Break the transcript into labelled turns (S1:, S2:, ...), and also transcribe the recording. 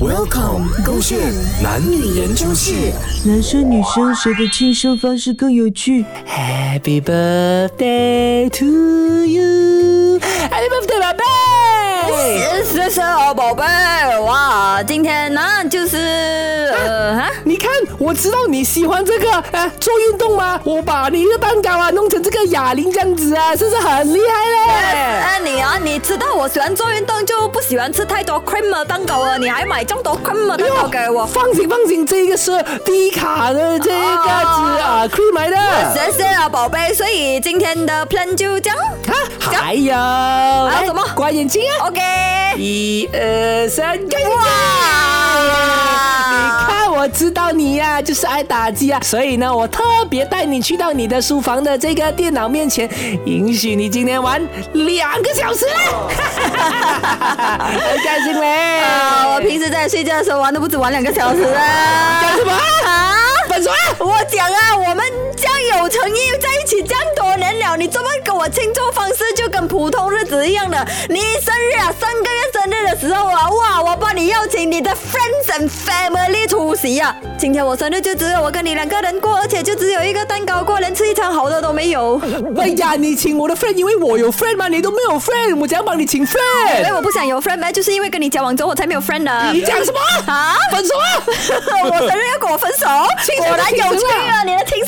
S1: Welcome，勾线男女研究室。
S2: 男生女生谁的庆生方式更有趣？
S3: Happy birthday to you. Happy birthday，宝贝。
S4: 谢谢哦，宝贝。哇，今天呢就是呃哈，
S3: 你看，我知道你喜欢这个，呃，做运动吗？我把你的蛋糕啊弄成这个哑铃这样子啊，是不是很厉害嘞？
S4: 啊你啊，你知道我喜欢做运动，就不喜欢吃太多 cream 的蛋糕啊，你还买这么多 cream 的蛋糕哎给我。
S3: 哎放心放心，这个是低卡的这个是啊 cream 来的。
S4: 谢谢啊，宝贝。所以今天的 plan 就这样。哦
S3: 啊，还有，来
S4: 什么
S3: 关眼睛啊！
S4: OK，
S3: 一二三，开始哇！你看，我知道你呀、就是爱打击啊，所以呢，我特别带你去到你的书房的这个电脑面前，允许你今天玩两个小时了， 很开心嘞！
S4: 啊，我平时在睡觉的时候玩都不止玩两个小时 啊。
S3: 干什么
S4: 啊？
S3: 分手了。
S4: 我讲啊，我们这样有诚意在一起这样多年了，你怎么跟我庆祝方式就跟普通日子一样的？你生日啊，上个月生日的时候啊，哇，我帮你邀请你的 friends and family 出席啊。今天我生日就只有我跟你两个人过，而且就只有一个蛋糕过，连吃一餐好的都没有。
S3: 哎呀，你请我的 friend，因为我有 friend 嘛，你都没有 friend，我怎样帮你请 friend？
S4: 所以我不想有 friend 呗，就是因为跟你交往之后我才没有 friend 的。
S3: 你讲什么
S4: 啊？
S3: 分手啊！
S4: 我生日要跟我分手，
S3: 什么
S4: 果然有趣啊！你的情
S3: 啊
S4: 商啊